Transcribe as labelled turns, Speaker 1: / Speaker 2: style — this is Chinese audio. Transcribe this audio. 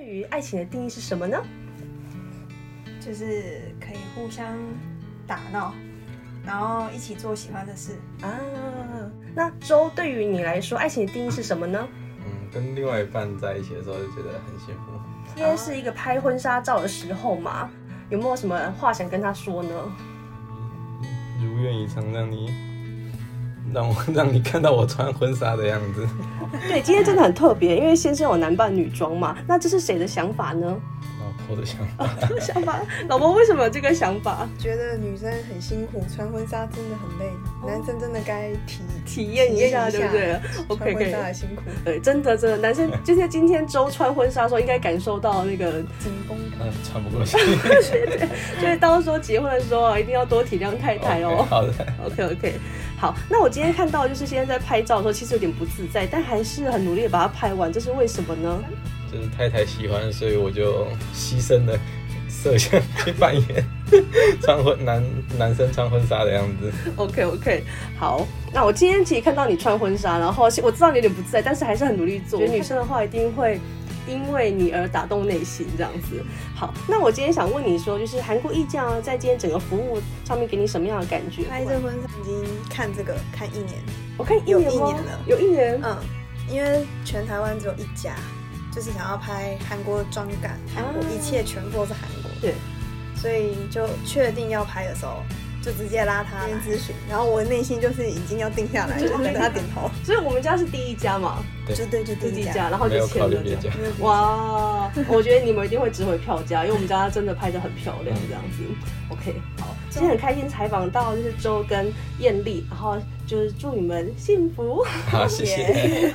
Speaker 1: 于爱情的定义是什么呢？
Speaker 2: 就是可以互相打闹，然后一起做喜欢的事。
Speaker 1: 啊，那周对于你来说，爱情的定义是什么呢？
Speaker 3: 嗯，跟另外一半在一起的时候就觉得很幸福。
Speaker 1: 今
Speaker 2: 啊
Speaker 1: 天是一个拍婚纱照的时候嘛，有没有什么话想跟他说呢？
Speaker 3: 如愿以偿，让你让我让你看到我穿婚纱的样 子。
Speaker 1: 对，今天真的很特别，因为先生有男扮女装嘛。那这是谁的想法 呢？
Speaker 3: 老婆的啊想法，
Speaker 1: 想法，老婆为什么有这个想法？
Speaker 4: 觉得女生很辛苦，穿婚纱真的很累，男生真的该体
Speaker 1: 体验一下，对不对
Speaker 4: 穿
Speaker 1: ？OK，可
Speaker 4: 婚
Speaker 1: 以
Speaker 4: 纱。的辛苦，
Speaker 1: 对，真的真的，男生就是今天周穿婚纱的时候，应该感受到那 个，
Speaker 4: 紧绷感。
Speaker 3: 嗯，穿 不过去。
Speaker 1: 就是当时候结婚的时候啊，一定要多体谅太太哦。
Speaker 3: OK，好 的，
Speaker 1: OK OK，好，那我今天看到就是现在在拍照的时候，其实有点不自在，但还是很努力的把它拍完，这是为什么呢？
Speaker 3: 就是太太喜欢，所以我就牺牲了摄像去扮 演穿婚男男生穿婚纱的样子。
Speaker 1: OK OK，好，那我今天其实看到你穿婚纱，然后我知道你有点不自在，但是还是很努力做。觉得女生的话一定会因为你而打动内心这样子。好，那我今天想问你说，就是韩国艺匠啊在今天整个服务上面给你什么样的感觉？
Speaker 4: 拍这婚纱已经看这个看一年，
Speaker 1: 我看一年吗
Speaker 4: 有一年了
Speaker 1: 有一年。
Speaker 4: 嗯，因为全台湾只有一家，就是想要拍韩国的妆感，韩国、
Speaker 1: 啊
Speaker 4: 一切全部都是韩国，
Speaker 1: 对，
Speaker 4: 所以就确定要拍的时候。就直接拉他先咨询，然后我内心就是已经要定下来，就等他点头，
Speaker 1: 所以我们家是第一家嘛，
Speaker 4: 就对，就
Speaker 1: 第
Speaker 4: 定
Speaker 1: 一
Speaker 4: 下来。
Speaker 1: 家，然后
Speaker 3: 没
Speaker 1: 就
Speaker 3: 有
Speaker 1: 签
Speaker 3: 考
Speaker 1: 了
Speaker 3: 虑
Speaker 1: 这
Speaker 3: 别
Speaker 1: 样。
Speaker 3: 家，
Speaker 1: 哇，我觉得你们一定会值回票价，因为我们家真的拍的很漂亮，这样子。OK，好，今天很开心采访到就是周跟艳丽，然后就是祝你们幸福。
Speaker 3: 好，谢谢。